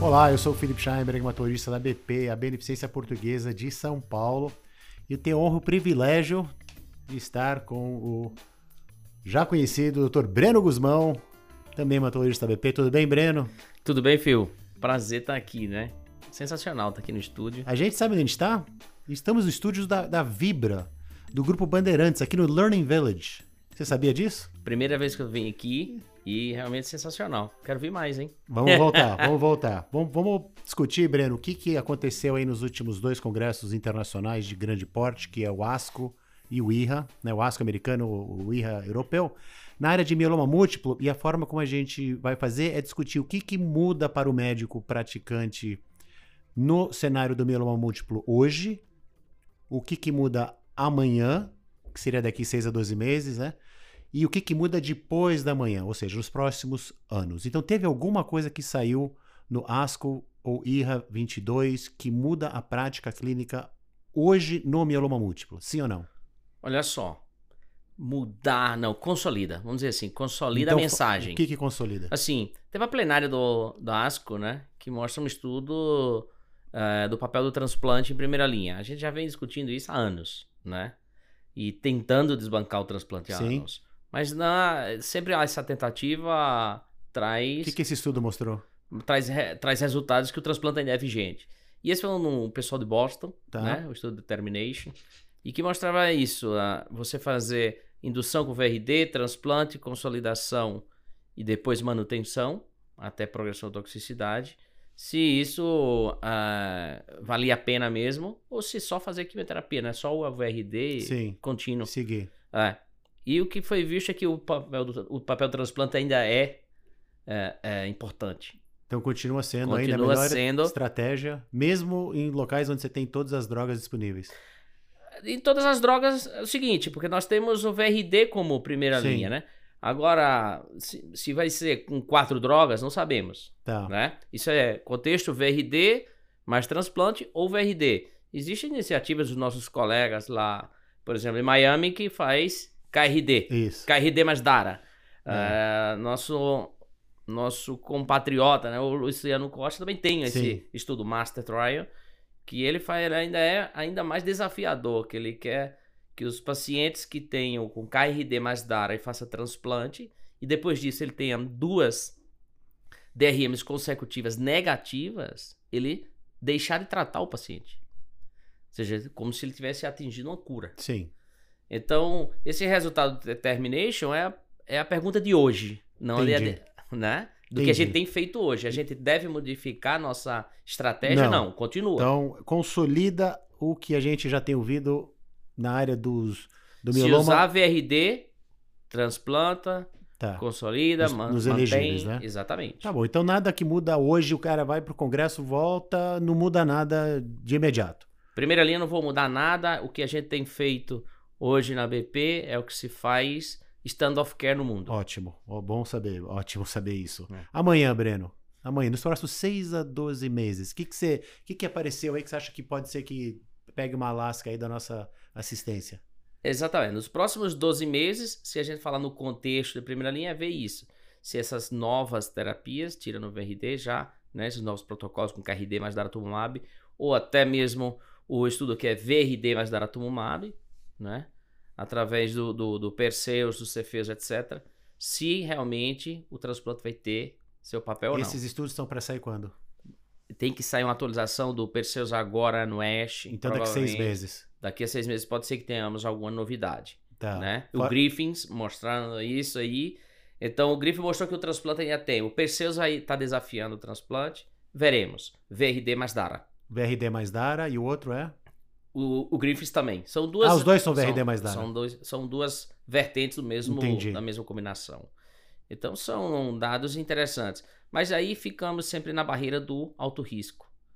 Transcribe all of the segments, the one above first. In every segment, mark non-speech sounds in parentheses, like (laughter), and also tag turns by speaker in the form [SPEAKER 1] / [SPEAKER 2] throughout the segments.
[SPEAKER 1] Olá, eu sou o Felipe Scheinberg, motorista da BP, a Beneficência Portuguesa de São Paulo, e tenho honra o privilégio de estar com o já conhecido Dr. Breno Guzmão, também motorista da BP. Tudo bem, Breno?
[SPEAKER 2] Tudo bem, Phil? Prazer estar aqui, né? Sensacional estar aqui no estúdio.
[SPEAKER 1] A gente sabe onde a gente está? Estamos no estúdio da, da Vibra, do Grupo Bandeirantes, aqui no Learning Village. Você sabia disso?
[SPEAKER 2] Primeira vez que eu vim aqui e realmente sensacional. Quero vir mais, hein?
[SPEAKER 1] Vamos voltar, vamos voltar. Vamos, vamos discutir, Breno, o que, que aconteceu aí nos últimos dois congressos internacionais de grande porte, que é o ASCO e o IRA, né? o ASCO americano, o IRA europeu, na área de mieloma múltiplo. E a forma como a gente vai fazer é discutir o que, que muda para o médico praticante no cenário do mieloma múltiplo hoje, o que, que muda amanhã, que seria daqui 6 a 12 meses, né? e o que, que muda depois da manhã, ou seja, nos próximos anos. Então, teve alguma coisa que saiu no ASCO ou IRA 22 que muda a prática clínica hoje no mieloma múltiplo, sim ou não?
[SPEAKER 2] Olha só. Mudar, não, consolida. Vamos dizer assim, consolida
[SPEAKER 1] Então,
[SPEAKER 2] a mensagem.
[SPEAKER 1] O que, que consolida?
[SPEAKER 2] Assim, teve a plenária do, da ASCO, né? Que mostra um estudo eh, do papel do transplante em primeira linha. A gente já vem discutindo isso há anos, né? E tentando desbancar o transplante há
[SPEAKER 1] Sim.
[SPEAKER 2] anos. Mas na, sempre há essa tentativa
[SPEAKER 1] O
[SPEAKER 2] traz
[SPEAKER 1] que, que esse estudo mostrou?
[SPEAKER 2] traz, re- traz resultados que o transplante ainda é vigente. E esse foi um pessoal de Boston,
[SPEAKER 1] Tá.
[SPEAKER 2] né? O estudo Determination. E que mostrava isso: a- você fazer indução com VRD, transplante, consolidação e depois manutenção, até progressão da toxicidade. Se isso ah, valia a pena mesmo, ou se só fazer quimioterapia, né? Só o VRD
[SPEAKER 1] Sim,
[SPEAKER 2] contínuo.
[SPEAKER 1] seguir.
[SPEAKER 2] É. E o que foi visto é que o papel do, o papel do transplante ainda é, é, é importante.
[SPEAKER 1] Então, continua sendo ainda a
[SPEAKER 2] Continua
[SPEAKER 1] melhor
[SPEAKER 2] sendo.
[SPEAKER 1] estratégia, mesmo em locais onde você tem todas as drogas disponíveis.
[SPEAKER 2] Em todas as drogas é o seguinte, porque nós temos o VRD como primeira
[SPEAKER 1] Sim.
[SPEAKER 2] linha, né? Agora, se, se vai ser com quatro drogas, não sabemos,
[SPEAKER 1] Tá.
[SPEAKER 2] né? Isso é contexto VRD mais transplante ou VRD. Existem iniciativas dos nossos colegas lá, por exemplo, em Miami, que faz KRD.
[SPEAKER 1] Isso.
[SPEAKER 2] KRD mais Dara.
[SPEAKER 1] É.
[SPEAKER 2] É, nosso, nosso compatriota, né? O Luciano Costa também tem esse
[SPEAKER 1] Sim.
[SPEAKER 2] estudo Master Trial, que ele faz, ele ainda é ainda mais desafiador, que ele quer que os pacientes que tenham com KRD mais Dara e faça transplante, e depois disso ele tenha duas DRMs consecutivas negativas, ele deixar de tratar o paciente. Ou seja, como se ele tivesse atingido uma cura.
[SPEAKER 1] Sim.
[SPEAKER 2] Então, esse resultado de determination é a, é a pergunta de hoje, não de-
[SPEAKER 1] Entendi.
[SPEAKER 2] né? Do que
[SPEAKER 1] Entendi.
[SPEAKER 2] a gente tem feito hoje. A gente deve modificar nossa estratégia?
[SPEAKER 1] Não.
[SPEAKER 2] Não, continua.
[SPEAKER 1] Então, consolida o que a gente já tem ouvido na área dos, do
[SPEAKER 2] Se
[SPEAKER 1] mieloma.
[SPEAKER 2] usar VRD, transplanta,
[SPEAKER 1] Tá.
[SPEAKER 2] consolida,
[SPEAKER 1] Nos-
[SPEAKER 2] man-
[SPEAKER 1] nos
[SPEAKER 2] mantém.
[SPEAKER 1] elegíveis, né?
[SPEAKER 2] Exatamente.
[SPEAKER 1] Tá bom, então nada que muda hoje, o cara vai pro Congresso, volta, não muda nada de imediato.
[SPEAKER 2] Primeira linha, não vou mudar nada. O que a gente tem feito hoje na BP é o que se faz stand-off care no mundo.
[SPEAKER 1] Ótimo, ó, bom saber, ótimo saber isso.
[SPEAKER 2] É.
[SPEAKER 1] Amanhã, Breno, amanhã, nos próximos 6 a 12 meses, o que que, você, que que apareceu aí que você acha que pode ser que pegue uma lasca aí da nossa assistência?
[SPEAKER 2] Exatamente. Nos próximos 12 meses, se a gente falar no contexto de primeira linha, é ver isso. Se essas novas terapias, tirando o VRD já, né, esses novos protocolos com KRD mais daratumumab, ou até mesmo o estudo que é VRD mais daratumumab, né, através do, do, do Perseus, do Cefeus, etc., se realmente o transplante vai ter seu papel ou não.
[SPEAKER 1] Esses estudos estão para sair quando?
[SPEAKER 2] Tem que sair uma atualização do Perseus agora no ASH.
[SPEAKER 1] Então daqui a seis
[SPEAKER 2] provavelmente.
[SPEAKER 1] meses. Ah, Tá.
[SPEAKER 2] né? Então,
[SPEAKER 1] (applause) é?
[SPEAKER 2] tá Então,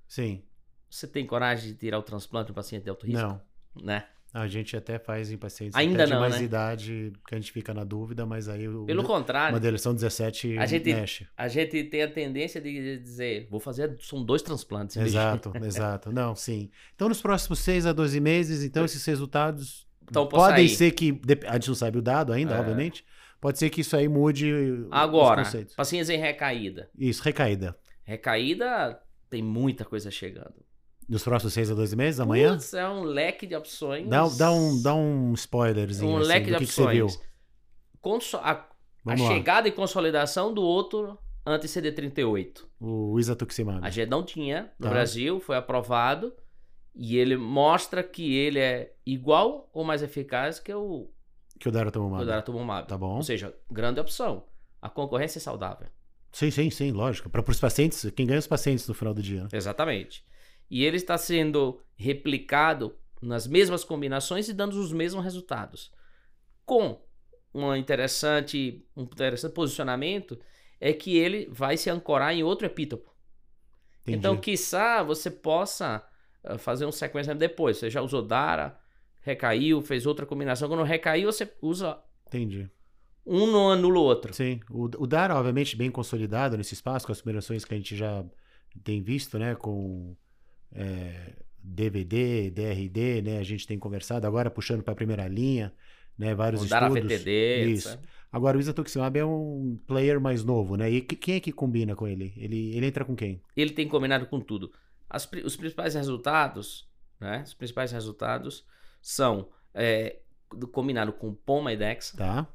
[SPEAKER 1] Então,
[SPEAKER 2] Né? (laughs) Então, É. tem muita coisa chegando.
[SPEAKER 1] Nos próximos 6 a 12 meses, amanhã?
[SPEAKER 2] Putz, é um leque de opções.
[SPEAKER 1] Dá, dá um, dá um spoilerzinho.
[SPEAKER 2] um
[SPEAKER 1] assim, do
[SPEAKER 2] leque de
[SPEAKER 1] que, que você viu.
[SPEAKER 2] opções. Conso- a a
[SPEAKER 1] Vamos lá.
[SPEAKER 2] chegada e consolidação do outro anti-CD38.
[SPEAKER 1] O Isatuximab.
[SPEAKER 2] A gente não tinha no
[SPEAKER 1] Tá.
[SPEAKER 2] Brasil, foi aprovado. E ele mostra que ele é igual ou mais eficaz que o
[SPEAKER 1] Que o Daratumumab.
[SPEAKER 2] do daratumumab.
[SPEAKER 1] Tá bom.
[SPEAKER 2] Ou seja, grande opção. A concorrência é saudável.
[SPEAKER 1] Sim, sim, sim, lógico. Para os pacientes, quem ganha é os pacientes no final do dia. né?
[SPEAKER 2] Exatamente. E ele está sendo replicado nas mesmas combinações e dando os mesmos resultados. Com uma interessante, um interessante posicionamento é que ele vai se ancorar em outro epítopo.
[SPEAKER 1] Entendi.
[SPEAKER 2] Então, quiçá você possa ah, fazer um sequenciamento depois. Você já usou Dara, recaiu, fez outra combinação. Quando recaiu, você usa
[SPEAKER 1] Entendi.
[SPEAKER 2] um, não anula o outro.
[SPEAKER 1] Sim. O, o Dara, obviamente, bem consolidado nesse espaço, com as combinações que a gente já tem visto, né? Com é, DVD, DRD, né? A gente tem conversado agora, puxando para a primeira linha, né? Vários
[SPEAKER 2] Com Dara
[SPEAKER 1] estudos.
[SPEAKER 2] VTD,
[SPEAKER 1] Isso.
[SPEAKER 2] etc.
[SPEAKER 1] Agora, o Isatuximab é um player mais novo, né? E que- quem é que combina com ele? Ele, ele entra com quem?
[SPEAKER 2] ele tem combinado com tudo. As pri- os principais resultados, né? Os principais resultados são é, do- combinado com o Pomaidex,
[SPEAKER 1] Tá?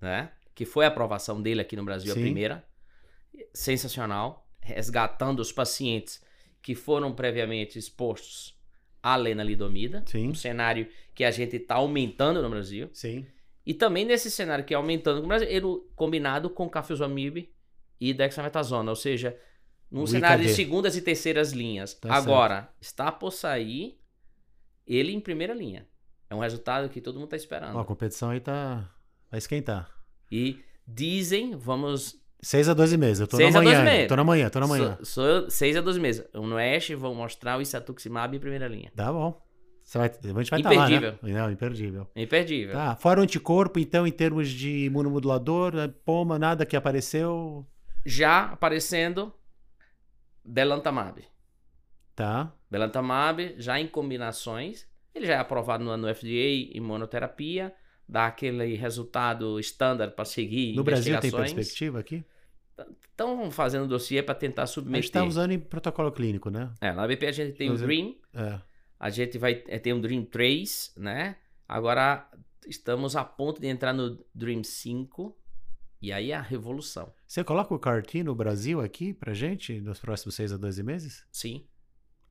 [SPEAKER 2] né? Que foi a aprovação dele aqui no Brasil,
[SPEAKER 1] Sim.
[SPEAKER 2] a primeira. Sensacional. Resgatando os pacientes que foram previamente expostos à lenalidomida.
[SPEAKER 1] Sim.
[SPEAKER 2] Um cenário que a gente está aumentando no Brasil.
[SPEAKER 1] Sim.
[SPEAKER 2] E também nesse cenário que é aumentando no Brasil, ele combinado com cafezomib e dexametasona, ou seja, num
[SPEAKER 1] O
[SPEAKER 2] cenário de
[SPEAKER 1] IKD.
[SPEAKER 2] segundas e terceiras linhas.
[SPEAKER 1] Tá
[SPEAKER 2] Agora, está por sair ele em primeira linha. É um resultado que todo mundo está esperando.
[SPEAKER 1] Ó, a competição aí tá. Vai esquentar.
[SPEAKER 2] E dizem, vamos.
[SPEAKER 1] 6 a 12 meses. Eu tô
[SPEAKER 2] Seis
[SPEAKER 1] na
[SPEAKER 2] a
[SPEAKER 1] manhã.
[SPEAKER 2] doze
[SPEAKER 1] hein?
[SPEAKER 2] meses.
[SPEAKER 1] Tô na manhã, tô na manhã.
[SPEAKER 2] So, so, seis a 12 meses. No Oeste vão mostrar o Isatuximab em primeira linha.
[SPEAKER 1] Tá bom. Você vai, a gente vai estar lá, né?
[SPEAKER 2] Imperdível. É.
[SPEAKER 1] Não, imperdível.
[SPEAKER 2] Imperdível.
[SPEAKER 1] Tá. Fora o anticorpo, então, em termos de imunomodulador, né, poma, nada que apareceu.
[SPEAKER 2] Já aparecendo Belantamab.
[SPEAKER 1] Tá.
[SPEAKER 2] Belantamab, já em combinações, ele já é aprovado no, no FDA em monoterapia, dá aquele resultado estándar para seguir
[SPEAKER 1] No Brasil tem
[SPEAKER 2] investigações.
[SPEAKER 1] perspectiva aqui?
[SPEAKER 2] Estão fazendo um dossiê para tentar
[SPEAKER 1] A
[SPEAKER 2] submeter.
[SPEAKER 1] gente tá usando em protocolo clínico, né?
[SPEAKER 2] É, na BP a gente tem
[SPEAKER 1] Pois é.
[SPEAKER 2] o Dream,
[SPEAKER 1] É.
[SPEAKER 2] a gente vai é, ter o Dream 3, né? Agora estamos a ponto de entrar no Dream 5, e aí é a revolução.
[SPEAKER 1] Você coloca o CAR-T no Brasil aqui pra gente nos próximos 6 a 12 meses?
[SPEAKER 2] Sim.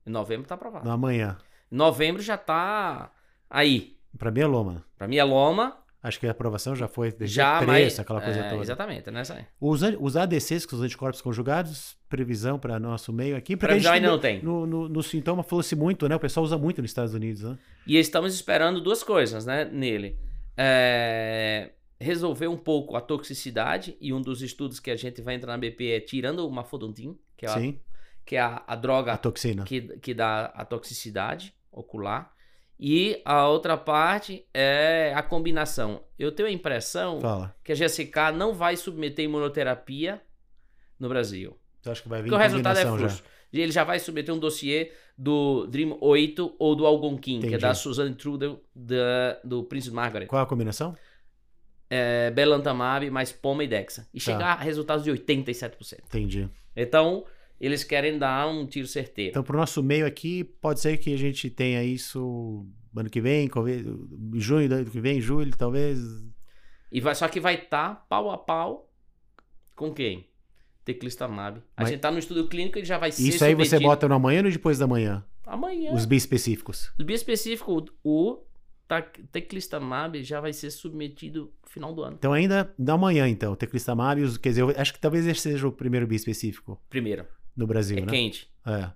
[SPEAKER 2] Em novembro tá aprovado.
[SPEAKER 1] No amanhã.
[SPEAKER 2] Em Novembro já tá aí.
[SPEAKER 1] Pra mieloma.
[SPEAKER 2] Para mieloma,
[SPEAKER 1] Acho que a aprovação já foi desde
[SPEAKER 2] já
[SPEAKER 1] preço,
[SPEAKER 2] mais.
[SPEAKER 1] aquela coisa
[SPEAKER 2] é,
[SPEAKER 1] toda.
[SPEAKER 2] Exatamente, né? Sai.
[SPEAKER 1] Os, an- os ADCs, que são os anticorpos conjugados, previsão para nosso meio aqui. Porque
[SPEAKER 2] Pra
[SPEAKER 1] a gente
[SPEAKER 2] já ainda não tem.
[SPEAKER 1] No, no, no sintoma falou-se muito, né? O pessoal usa muito nos Estados Unidos, né?
[SPEAKER 2] E estamos esperando duas coisas, né, nele. É, resolver um pouco a toxicidade, e um dos estudos que a gente vai entrar na BP é tirando o mafodontin, que é a,
[SPEAKER 1] Sim,
[SPEAKER 2] que é a, a
[SPEAKER 1] a
[SPEAKER 2] droga
[SPEAKER 1] toxina.
[SPEAKER 2] que, que dá a toxicidade ocular. E a outra parte é a combinação. Eu tenho a impressão
[SPEAKER 1] Fala.
[SPEAKER 2] que a GSK não vai submeter imunoterapia no Brasil.
[SPEAKER 1] Você acha que vai vir
[SPEAKER 2] Porque
[SPEAKER 1] em
[SPEAKER 2] o resultado é
[SPEAKER 1] combinação já?
[SPEAKER 2] frouxo. Ele já vai submeter um dossiê do Dream 8 ou do Algonquin, que é
[SPEAKER 1] Entendi.
[SPEAKER 2] da Suzanne Trudel, da- do Prince Margaret.
[SPEAKER 1] Qual a combinação?
[SPEAKER 2] É, Belantamab mais Poma e Dexa.
[SPEAKER 1] Tá.
[SPEAKER 2] E chegar a resultados de 87%.
[SPEAKER 1] Entendi.
[SPEAKER 2] Então, eles querem dar um tiro certeiro.
[SPEAKER 1] Então, pro nosso meio aqui, pode ser que a gente tenha isso ano que vem, talvez, em junho do ano que vem, julho, talvez.
[SPEAKER 2] E vai, só que vai estar pau a pau com quem? Teclistamab. A
[SPEAKER 1] Mas-
[SPEAKER 2] gente tá no estudo clínico e já vai ser
[SPEAKER 1] Isso aí você
[SPEAKER 2] submetido
[SPEAKER 1] bota no amanhã ou depois da manhã?
[SPEAKER 2] amanhã.
[SPEAKER 1] Os bispecíficos.
[SPEAKER 2] O biespecífico, o ta- Teclistamab já vai ser submetido no final do ano.
[SPEAKER 1] Então, ainda da manhã, então. o Teclistamab, os- quer dizer, eu acho que talvez esse seja o primeiro bispecífico
[SPEAKER 2] Primeiro.
[SPEAKER 1] no Brasil,
[SPEAKER 2] É
[SPEAKER 1] né?
[SPEAKER 2] quente.
[SPEAKER 1] É.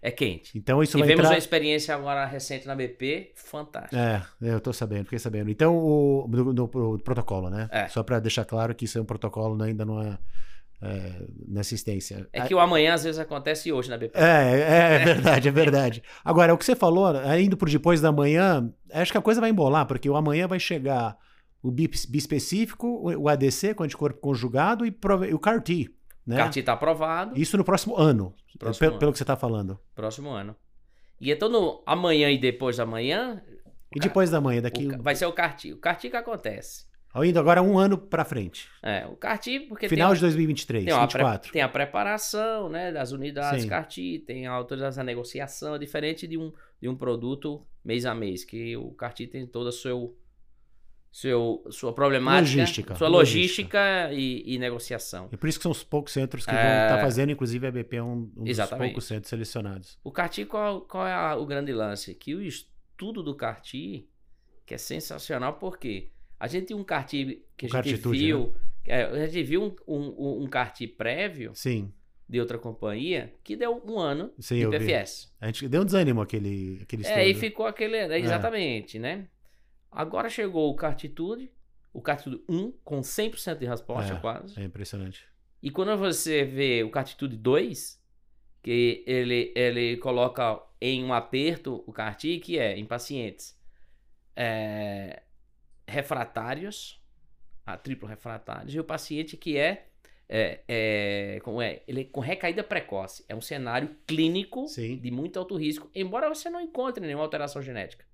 [SPEAKER 2] É quente.
[SPEAKER 1] Então isso vai
[SPEAKER 2] Tivemos
[SPEAKER 1] entrar...
[SPEAKER 2] uma experiência agora recente na BP, fantástica.
[SPEAKER 1] É, eu tô sabendo, fiquei sabendo. Então, o no, no- pro- protocolo, né?
[SPEAKER 2] É.
[SPEAKER 1] Só pra deixar claro que isso é um protocolo, né, ainda não é, é, na assistência.
[SPEAKER 2] É, que o amanhã às vezes acontece hoje na BP.
[SPEAKER 1] É, é, é verdade, é verdade. Agora, o que você falou, é, indo por depois da manhã, acho que a coisa vai embolar, porque o amanhã vai chegar o bi- bispecífico, o o ADC com anticorpo conjugado e, prova- e o CAR-T,
[SPEAKER 2] O
[SPEAKER 1] né?
[SPEAKER 2] CAR-T tá aprovado,
[SPEAKER 1] Isso no próximo ano,
[SPEAKER 2] Próximo
[SPEAKER 1] pe-
[SPEAKER 2] ano.
[SPEAKER 1] pelo que você tá falando.
[SPEAKER 2] próximo ano. E então no amanhã e depois da manhã,
[SPEAKER 1] E depois da manhã, daqui... um,
[SPEAKER 2] o ca- vai ser o CAR-T. O CAR-T que acontece.
[SPEAKER 1] Indo agora um ano pra frente.
[SPEAKER 2] É, o CARTI, porque
[SPEAKER 1] Final
[SPEAKER 2] tem,
[SPEAKER 1] de 2023,
[SPEAKER 2] tem, uma pre-
[SPEAKER 1] 24.
[SPEAKER 2] tem a preparação né, das unidades
[SPEAKER 1] Sim.
[SPEAKER 2] CARTI, tem a autorização da negociação, é diferente de um, de um produto mês a mês, que o CARTI tem toda a seu, seu, sua problemática,
[SPEAKER 1] Logística,
[SPEAKER 2] sua logística, e, e negociação.
[SPEAKER 1] É por isso que são os poucos centros que vão
[SPEAKER 2] É.
[SPEAKER 1] estar fazendo, inclusive a BP é um, um dos
[SPEAKER 2] Exatamente.
[SPEAKER 1] poucos centros selecionados.
[SPEAKER 2] O Carti, qual, qual é a- o grande lance? Que o estudo do Carti, que é sensacional, porque a gente tem um Carti que a
[SPEAKER 1] O
[SPEAKER 2] gente
[SPEAKER 1] Cartitude,
[SPEAKER 2] viu, é, a gente viu um, um, um Carti prévio
[SPEAKER 1] Sim,
[SPEAKER 2] de outra companhia que deu um ano
[SPEAKER 1] sim,
[SPEAKER 2] de
[SPEAKER 1] eu vi.
[SPEAKER 2] PFS.
[SPEAKER 1] A gente deu um desânimo aquele, aquele
[SPEAKER 2] É, e
[SPEAKER 1] estudo.
[SPEAKER 2] ficou aquele. é, Exatamente, né? Agora chegou o Cartitude, o Cartitude 1, com 100% de resposta,
[SPEAKER 1] É.
[SPEAKER 2] quase.
[SPEAKER 1] É impressionante.
[SPEAKER 2] E quando você vê o Cartitude 2, que ele, ele coloca em um aperto o Carti, que é em pacientes é, refratários, a triplo refratários, e o paciente que é, é, é, como é, ele é com recaída precoce. É um cenário clínico
[SPEAKER 1] Sim.
[SPEAKER 2] de muito alto risco, embora você não encontre nenhuma alteração genética.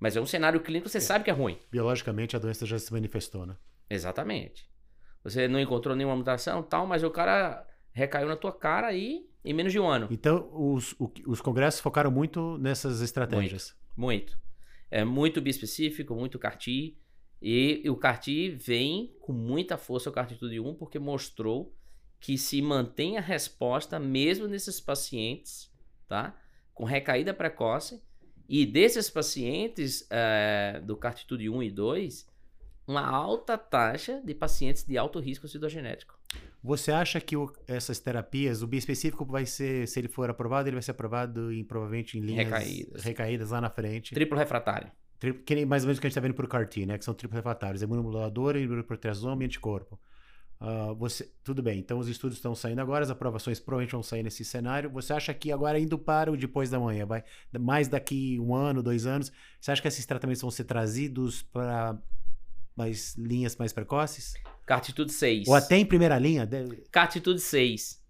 [SPEAKER 2] Mas é um cenário clínico, você sabe que é ruim.
[SPEAKER 1] Biologicamente a doença já se manifestou, né?
[SPEAKER 2] Exatamente. Você não encontrou nenhuma mutação tal, mas o cara recaiu na tua cara aí em menos de um ano.
[SPEAKER 1] Então, os, o que- os congressos focaram muito nessas estratégias.
[SPEAKER 2] Muito. É muito bispecífico, muito CAR-T. E, e o CAR-T vem com muita força o CAR-T 1, porque mostrou que se mantém a resposta mesmo nesses pacientes, tá? Com recaída precoce. E desses pacientes é, do CAR-T 1 e 2, uma alta taxa de pacientes de alto risco citogenético.
[SPEAKER 1] Você acha que o- essas terapias, o biespecífico vai ser, se ele for aprovado, ele vai ser aprovado em, provavelmente em linhas
[SPEAKER 2] Recaídas.
[SPEAKER 1] recaídas lá na frente.
[SPEAKER 2] Triplo refratário.
[SPEAKER 1] Tri- que nem mais ou menos o que a gente está vendo por CAR-T, né? Que são triplos refratários, imunomodulador, imunoproteasoma e anticorpo. Ah, você, tudo bem, então os estudos estão saindo agora, as aprovações provavelmente vão sair nesse cenário. Você acha que agora indo para o depois da manhã, vai mais daqui um ano, dois anos, você acha que esses tratamentos vão ser trazidos para mais linhas mais precoces?
[SPEAKER 2] Cartitude 6.
[SPEAKER 1] Ou até em primeira linha? De-
[SPEAKER 2] Cartitude 6.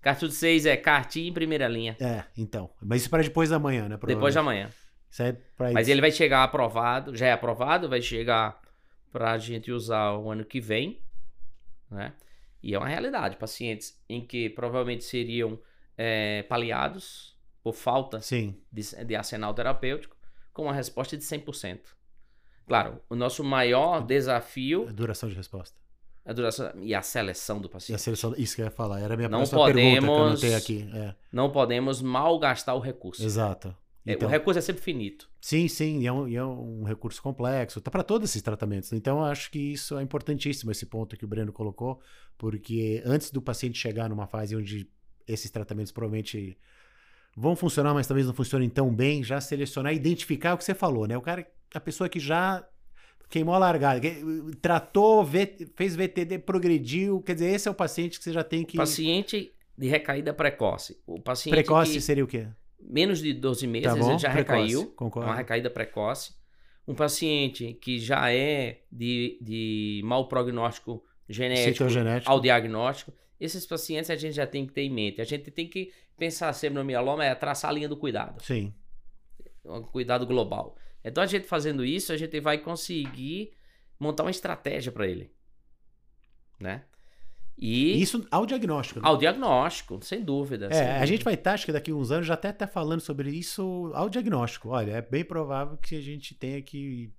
[SPEAKER 2] Cartitude 6 é carti em primeira linha.
[SPEAKER 1] É, então. Mas isso para depois da manhã, né?
[SPEAKER 2] Depois de
[SPEAKER 1] provavelmente.
[SPEAKER 2] amanhã.
[SPEAKER 1] Isso é pra
[SPEAKER 2] Mas ele vai chegar aprovado, já é aprovado, vai chegar pra gente usar o ano que vem, né? E é uma realidade, pacientes em que provavelmente seriam eh, paliados por falta
[SPEAKER 1] Sim,
[SPEAKER 2] de, de arsenal terapêutico, com uma resposta de 100%. Claro, o nosso maior
[SPEAKER 1] a
[SPEAKER 2] desafio
[SPEAKER 1] duração de resposta.
[SPEAKER 2] é a duração e a seleção do
[SPEAKER 1] E a
[SPEAKER 2] paciente.
[SPEAKER 1] seleção, isso que eu ia falar, era a minha
[SPEAKER 2] Não
[SPEAKER 1] próxima pergunta que eu
[SPEAKER 2] podemos-
[SPEAKER 1] anotei aqui. É.
[SPEAKER 2] Não podemos malgastar o recurso.
[SPEAKER 1] Exato.
[SPEAKER 2] É,
[SPEAKER 1] Então,
[SPEAKER 2] o recurso é sempre finito.
[SPEAKER 1] Sim, sim, e é um, e é um recurso complexo, tá para todos esses tratamentos. Então, eu acho que isso é importantíssimo, esse ponto que o Breno colocou, porque antes do paciente chegar numa fase onde esses tratamentos provavelmente vão funcionar, mas talvez não funcionem tão bem, já selecionar, identificar o que você falou, né? O cara, a pessoa que já queimou a largada, que- tratou, V- fez VTD, progrediu, quer dizer, esse é o paciente que você já tem que...
[SPEAKER 2] Paciente de recaída precoce. O paciente
[SPEAKER 1] Precoce
[SPEAKER 2] que
[SPEAKER 1] seria o quê?
[SPEAKER 2] menos de 12 meses
[SPEAKER 1] Tá bom?
[SPEAKER 2] ele já
[SPEAKER 1] Precoce,
[SPEAKER 2] recaiu. É uma
[SPEAKER 1] Concordo.
[SPEAKER 2] recaída precoce. Um paciente que já é de, de mau prognóstico genético
[SPEAKER 1] Citogenético.
[SPEAKER 2] ao diagnóstico. Esses pacientes a gente já tem que ter em mente. A gente tem que pensar sempre no mieloma é traçar a linha do cuidado.
[SPEAKER 1] Sim,
[SPEAKER 2] um cuidado global. Então a gente fazendo isso, a gente vai conseguir montar uma estratégia para ele. Né? E
[SPEAKER 1] isso ao diagnóstico. né?
[SPEAKER 2] ao diagnóstico, sem dúvida. sem
[SPEAKER 1] É, a
[SPEAKER 2] dúvida.
[SPEAKER 1] gente vai estar, acho que daqui a uns anos, já até tá falando sobre isso ao diagnóstico. Olha, é bem provável que a gente tenha que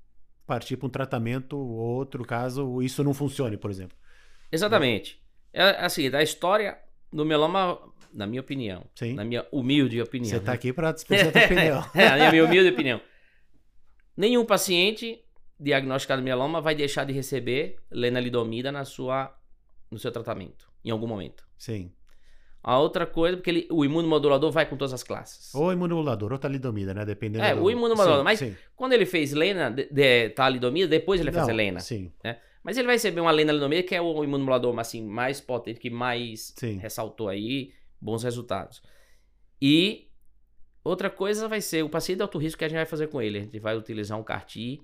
[SPEAKER 1] partir para um tratamento ou outro caso isso não funcione, por exemplo.
[SPEAKER 2] Exatamente. É assim, da história do mieloma, na minha opinião,
[SPEAKER 1] Sim.
[SPEAKER 2] na minha humilde opinião.
[SPEAKER 1] Você tá
[SPEAKER 2] né?
[SPEAKER 1] aqui para dispensar tua opinião.
[SPEAKER 2] (laughs) é, na minha humilde opinião. Nenhum paciente diagnosticado mieloma vai deixar de receber lenalidomida na sua, no seu tratamento, em algum momento.
[SPEAKER 1] Sim.
[SPEAKER 2] A outra coisa, porque ele, o imunomodulador vai com todas as classes.
[SPEAKER 1] Ou imunomodulador, ou talidomida, né? Dependendo.
[SPEAKER 2] É,
[SPEAKER 1] do-
[SPEAKER 2] o imunomodulador,
[SPEAKER 1] Sim,
[SPEAKER 2] mas
[SPEAKER 1] sim.
[SPEAKER 2] Quando ele fez lena, de, de- talidomida, depois ele vai
[SPEAKER 1] Não,
[SPEAKER 2] fazer lena.
[SPEAKER 1] Sim,
[SPEAKER 2] Mas ele vai receber uma lenalidomida, que é o imunomodulador assim, mais potente, que mais
[SPEAKER 1] sim.
[SPEAKER 2] ressaltou aí bons resultados. E outra coisa vai ser o paciente de alto risco que a gente vai fazer com ele. A gente vai utilizar um CAR-T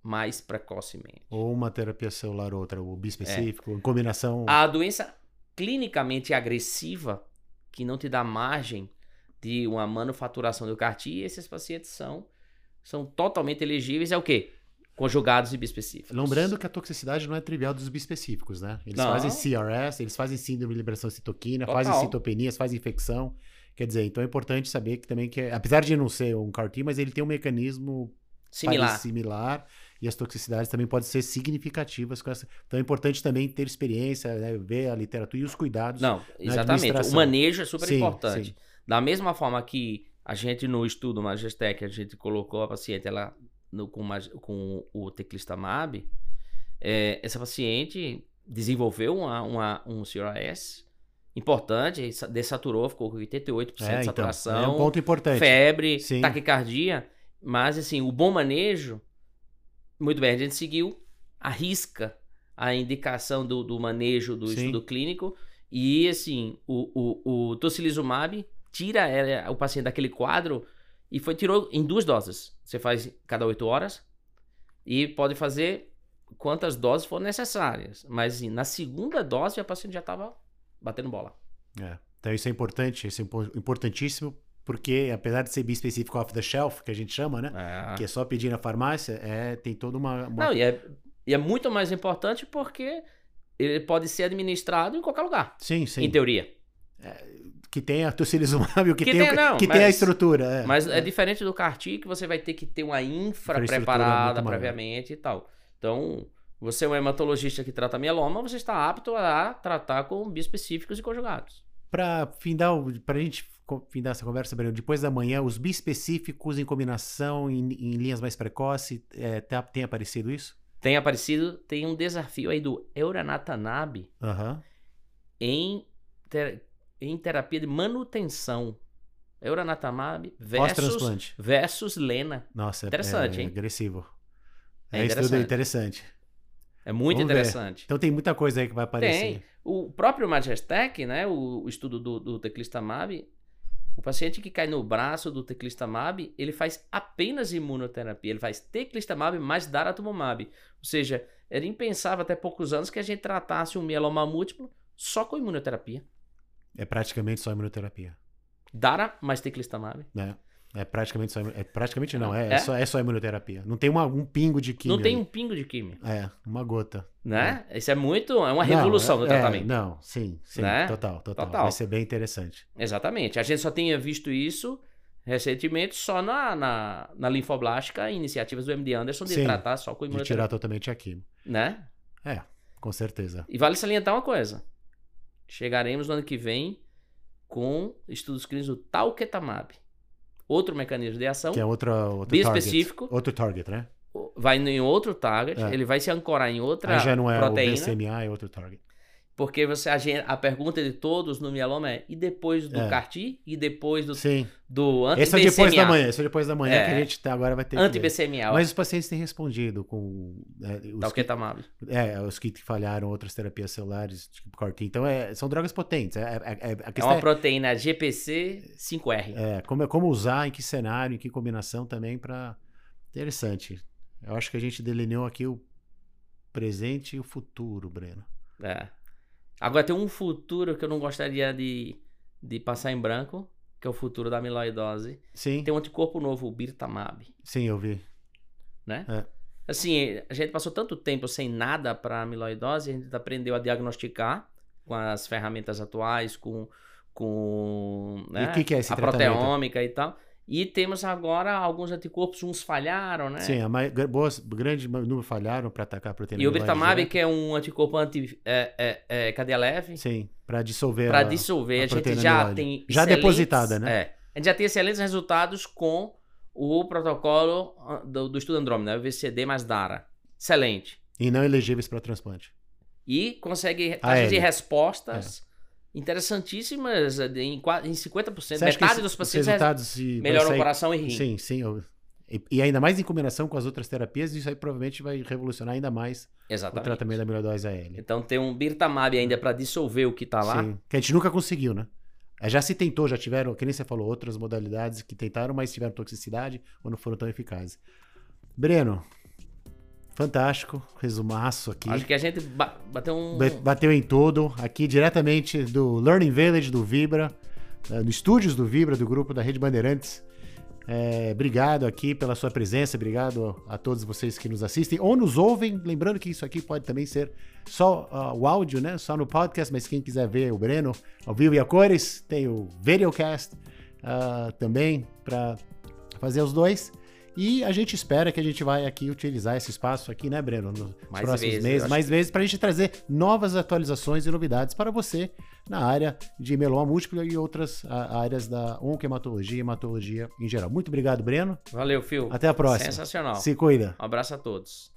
[SPEAKER 2] mais precocemente.
[SPEAKER 1] Ou uma terapia celular, outra, o
[SPEAKER 2] É.
[SPEAKER 1] bispecífico, em combinação.
[SPEAKER 2] A doença clinicamente agressiva, que não te dá margem de uma manufaturação do CAR-T, esses pacientes são, são totalmente elegíveis. É o quê? conjugados e bispecíficos.
[SPEAKER 1] Lembrando que a toxicidade não é trivial dos bispecíficos, né? Eles
[SPEAKER 2] Não.
[SPEAKER 1] fazem CRS, eles fazem síndrome de liberação de citoquina,
[SPEAKER 2] Total.
[SPEAKER 1] fazem citopenias, fazem infecção. Quer dizer, então é importante saber que também que, é- apesar de não ser um CAR-T, mas ele tem um mecanismo
[SPEAKER 2] Similar.
[SPEAKER 1] pare- similar e as toxicidades também podem ser significativas com essa. Então é importante também ter experiência, né, ver a literatura e os cuidados.
[SPEAKER 2] Não, exatamente. O
[SPEAKER 1] né, administração.
[SPEAKER 2] manejo é super
[SPEAKER 1] Sim,
[SPEAKER 2] importante.
[SPEAKER 1] sim.
[SPEAKER 2] Da mesma forma que a gente no estudo Magestec, a gente colocou a paciente ela no- com, mag- com o teclista MAB, é, essa paciente desenvolveu uma, uma- um CRS importante, sa- dessaturou, ficou com 88%
[SPEAKER 1] É,
[SPEAKER 2] de
[SPEAKER 1] então,
[SPEAKER 2] saturação,
[SPEAKER 1] é um ponto importante.
[SPEAKER 2] febre,
[SPEAKER 1] Sim.
[SPEAKER 2] taquicardia, mas assim, o bom manejo, muito bem, a gente seguiu a risca, a indicação do, do manejo do
[SPEAKER 1] Sim.
[SPEAKER 2] estudo clínico e assim, o, o, o tocilizumab tira ela- o paciente daquele quadro e foi tirou em duas doses. Você faz cada oito horas e pode fazer quantas doses for necessárias, mas assim, na segunda dose a paciente já estava batendo bola.
[SPEAKER 1] É. Então isso é importante, isso é impo- importantíssimo, porque apesar de ser bispecífico off the shelf, que a gente chama, né?
[SPEAKER 2] Ah.
[SPEAKER 1] Que é só pedir na farmácia, é, tem toda uma. uma-
[SPEAKER 2] Não, e é, e é muito mais importante porque ele pode ser administrado em qualquer lugar,
[SPEAKER 1] Sim, sim.
[SPEAKER 2] em teoria.
[SPEAKER 1] Que tem a (laughs) tocilizumab, que,
[SPEAKER 2] então Que
[SPEAKER 1] tem, o
[SPEAKER 2] tem,
[SPEAKER 1] ca-
[SPEAKER 2] não,
[SPEAKER 1] que tem a
[SPEAKER 2] mas-
[SPEAKER 1] estrutura. É.
[SPEAKER 2] Mas é diferente do CAR-T que você vai ter que ter uma infra
[SPEAKER 1] Infraestrutura muito
[SPEAKER 2] preparada
[SPEAKER 1] maior.
[SPEAKER 2] previamente e tal. Então, você é um hematologista que trata mieloma, você está apto a tratar com bispecíficos e conjugados.
[SPEAKER 1] Pra findar, o- pra gente co- findar essa conversa, Breno, depois da manhã, os bispecíficos em combinação em, em linhas mais precoces, é, tá- tem aparecido isso?
[SPEAKER 2] Tem aparecido, tem um desafio aí do Euranatanab
[SPEAKER 1] Aham.
[SPEAKER 2] em, ter- em terapia de manutenção. Euranatamab versus,
[SPEAKER 1] Pós-transplante.
[SPEAKER 2] versus Lena.
[SPEAKER 1] Nossa, é-
[SPEAKER 2] Interessante,
[SPEAKER 1] é,
[SPEAKER 2] hein?
[SPEAKER 1] agressivo.
[SPEAKER 2] É
[SPEAKER 1] É, estudo
[SPEAKER 2] interessante.
[SPEAKER 1] interessante.
[SPEAKER 2] É muito
[SPEAKER 1] Vamos ver.
[SPEAKER 2] interessante.
[SPEAKER 1] Então tem muita coisa aí que vai aparecer.
[SPEAKER 2] Tem. O próprio Majestec, né, o, o estudo do, do teclista MAB, o paciente que cai no braço do teclista MAB, ele faz apenas imunoterapia. Ele faz teclista MAB mais daratumumab. Ou seja, era impensável até poucos anos que a gente tratasse um mieloma múltiplo só com imunoterapia.
[SPEAKER 1] É praticamente só imunoterapia.
[SPEAKER 2] Dara mais teclista MAB.
[SPEAKER 1] Né? É praticamente só. imu- É praticamente não, é,
[SPEAKER 2] É?
[SPEAKER 1] é só, é só imunoterapia. Não tem uma- um pingo de química.
[SPEAKER 2] Não tem um pingo de químio,
[SPEAKER 1] É, uma gota.
[SPEAKER 2] né? Isso é muito, é uma
[SPEAKER 1] Não,
[SPEAKER 2] revolução
[SPEAKER 1] é-
[SPEAKER 2] no
[SPEAKER 1] é,
[SPEAKER 2] tratamento.
[SPEAKER 1] não, sim, sim.
[SPEAKER 2] Né?
[SPEAKER 1] Total, total,
[SPEAKER 2] Total.
[SPEAKER 1] Vai ser bem interessante.
[SPEAKER 2] Exatamente. A gente só tinha visto isso recentemente só na, na, na linfoblástica e iniciativas do MD Anderson de
[SPEAKER 1] Sim,
[SPEAKER 2] tratar só com
[SPEAKER 1] De
[SPEAKER 2] imunoterapia.
[SPEAKER 1] tirar totalmente a química.
[SPEAKER 2] Né?
[SPEAKER 1] Com certeza.
[SPEAKER 2] E vale salientar uma coisa. Chegaremos no ano que vem com estudos clínicos do talquetamab. Outro mecanismo de ação.
[SPEAKER 1] Que é outra, outro
[SPEAKER 2] Bispecífico.
[SPEAKER 1] target. Outro target, né?
[SPEAKER 2] Vai em outro target.
[SPEAKER 1] É.
[SPEAKER 2] Ele vai se ancorar em outra
[SPEAKER 1] Aí já não é o
[SPEAKER 2] proteína.
[SPEAKER 1] BCMA, é outro target.
[SPEAKER 2] Porque você, a, gen- a pergunta de todos no mieloma é e depois do
[SPEAKER 1] É.
[SPEAKER 2] CAR-T? E depois do,
[SPEAKER 1] Sim.
[SPEAKER 2] do
[SPEAKER 1] Esse é depois da
[SPEAKER 2] anti-BCMA?
[SPEAKER 1] manhã. Esse é depois da manhã
[SPEAKER 2] É.
[SPEAKER 1] que a gente tá- agora vai ter. que ver.
[SPEAKER 2] Anti-BCMA.
[SPEAKER 1] Mas os pacientes têm respondido com. é,
[SPEAKER 2] Tá
[SPEAKER 1] os que-
[SPEAKER 2] Talquetamab.
[SPEAKER 1] É, os que falharam outras terapias celulares, tipo corte. Então, é, são drogas potentes. É, é- é- a
[SPEAKER 2] É
[SPEAKER 1] questão
[SPEAKER 2] uma
[SPEAKER 1] é,
[SPEAKER 2] proteína GPC 5R.
[SPEAKER 1] é, como, como usar, em que cenário, em que combinação também para Interessante. Eu acho que a gente delineou aqui o presente e o futuro, Breno.
[SPEAKER 2] É. Agora tem um futuro que eu não gostaria de, de passar em branco, que é o futuro da amiloidose.
[SPEAKER 1] Sim,
[SPEAKER 2] Tem um anticorpo novo, o Birtamab,
[SPEAKER 1] sim, eu vi.
[SPEAKER 2] né?
[SPEAKER 1] É.
[SPEAKER 2] Assim, a gente passou tanto tempo sem nada para amiloidose, a gente aprendeu a diagnosticar com as ferramentas atuais, com com né,
[SPEAKER 1] o que que é esse
[SPEAKER 2] a
[SPEAKER 1] tratamento?
[SPEAKER 2] proteômica e tal. E temos agora alguns anticorpos, uns falharam, né?
[SPEAKER 1] Sim, a mai- gra- boas, grande número falharam para atacar a proteína.
[SPEAKER 2] E o
[SPEAKER 1] amilóide
[SPEAKER 2] Birtamab,
[SPEAKER 1] direta.
[SPEAKER 2] que é um anticorpo anti é, é, é, cadeia leve,
[SPEAKER 1] né? Sim, para dissolver.
[SPEAKER 2] Pra
[SPEAKER 1] a-
[SPEAKER 2] dissolver,
[SPEAKER 1] a
[SPEAKER 2] a, gente
[SPEAKER 1] proteína
[SPEAKER 2] já
[SPEAKER 1] amilóide.
[SPEAKER 2] tem.
[SPEAKER 1] Já
[SPEAKER 2] excelentes-
[SPEAKER 1] depositada, né?
[SPEAKER 2] É. A gente já tem excelentes resultados com o protocolo ah, do, do estudo Andrômeda, né? VCD mais DARA. Excelente.
[SPEAKER 1] E não elegíveis para transplante.
[SPEAKER 2] E consegue taxas de
[SPEAKER 1] Aéreo.
[SPEAKER 2] respostas interessantíssimas eh, de- em, qua- em 50%.
[SPEAKER 1] É. Você acha que
[SPEAKER 2] Metade
[SPEAKER 1] os-
[SPEAKER 2] dos
[SPEAKER 1] os
[SPEAKER 2] pacientes res-
[SPEAKER 1] resultados se- vai
[SPEAKER 2] melhoram o
[SPEAKER 1] sair-
[SPEAKER 2] coração e rim.
[SPEAKER 1] Sim, sim. eu- E, e ainda mais em combinação com as outras terapias, isso aí provavelmente vai revolucionar ainda mais o
[SPEAKER 2] Exatamente.
[SPEAKER 1] tratamento da amiloidose AL.
[SPEAKER 2] Então tem um Birtamab ainda para dissolver o que tá lá.
[SPEAKER 1] Sim, que a gente nunca conseguiu, né? É, Já se tentou, já tiveram, que nem você falou, outras modalidades que tentaram, mas tiveram toxicidade ou não foram tão eficazes. Breno, fantástico, resumaço aqui.
[SPEAKER 2] Acho que a gente ba- bateu um.
[SPEAKER 1] Ba- Bateu em todo, aqui diretamente do Learning Village do Vibra, eh, no estúdios do Vibra, do grupo da Rede Bandeirantes. É, obrigado aqui pela sua presença, obrigado a todos vocês que nos assistem ou nos ouvem. Lembrando que isso aqui pode também ser só ah, o áudio, né? Só no podcast, mas quem quiser ver o Breno ao vivo e a cores, tem o Videocast ah, também para fazer os dois. E a gente espera que a gente vai aqui utilizar esse espaço aqui, né, Breno? Nos
[SPEAKER 2] Mais
[SPEAKER 1] próximos
[SPEAKER 2] vezes, eu
[SPEAKER 1] meses,
[SPEAKER 2] acho
[SPEAKER 1] mais vezes, para a gente trazer novas atualizações e novidades para você na área de meloma múltipla e outras ah, áreas da oncohematologia e hematologia em geral. Muito obrigado, Breno.
[SPEAKER 2] Valeu, Phil.
[SPEAKER 1] Até a próxima.
[SPEAKER 2] Sensacional.
[SPEAKER 1] Se cuida.
[SPEAKER 2] Um abraço a todos.